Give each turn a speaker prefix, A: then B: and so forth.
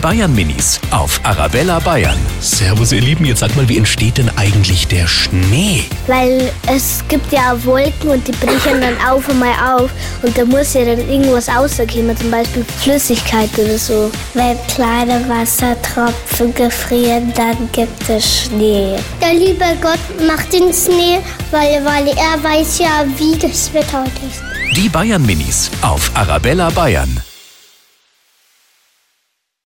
A: Bayern Minis auf Arabella Bayern. Servus, ihr Lieben. Jetzt sagt mal, wie entsteht denn eigentlich der Schnee?
B: Weil es gibt ja auch Wolken und die brechen dann auf und mal auf. Und da muss ja dann irgendwas rauskommen, zum Beispiel Flüssigkeit oder so.
C: Wenn kleine Wassertropfen gefrieren, dann gibt es Schnee.
D: Der liebe Gott macht den Schnee, weil, weil er weiß ja, wie das Wetter heute ist.
A: Die Bayern Minis auf Arabella Bayern.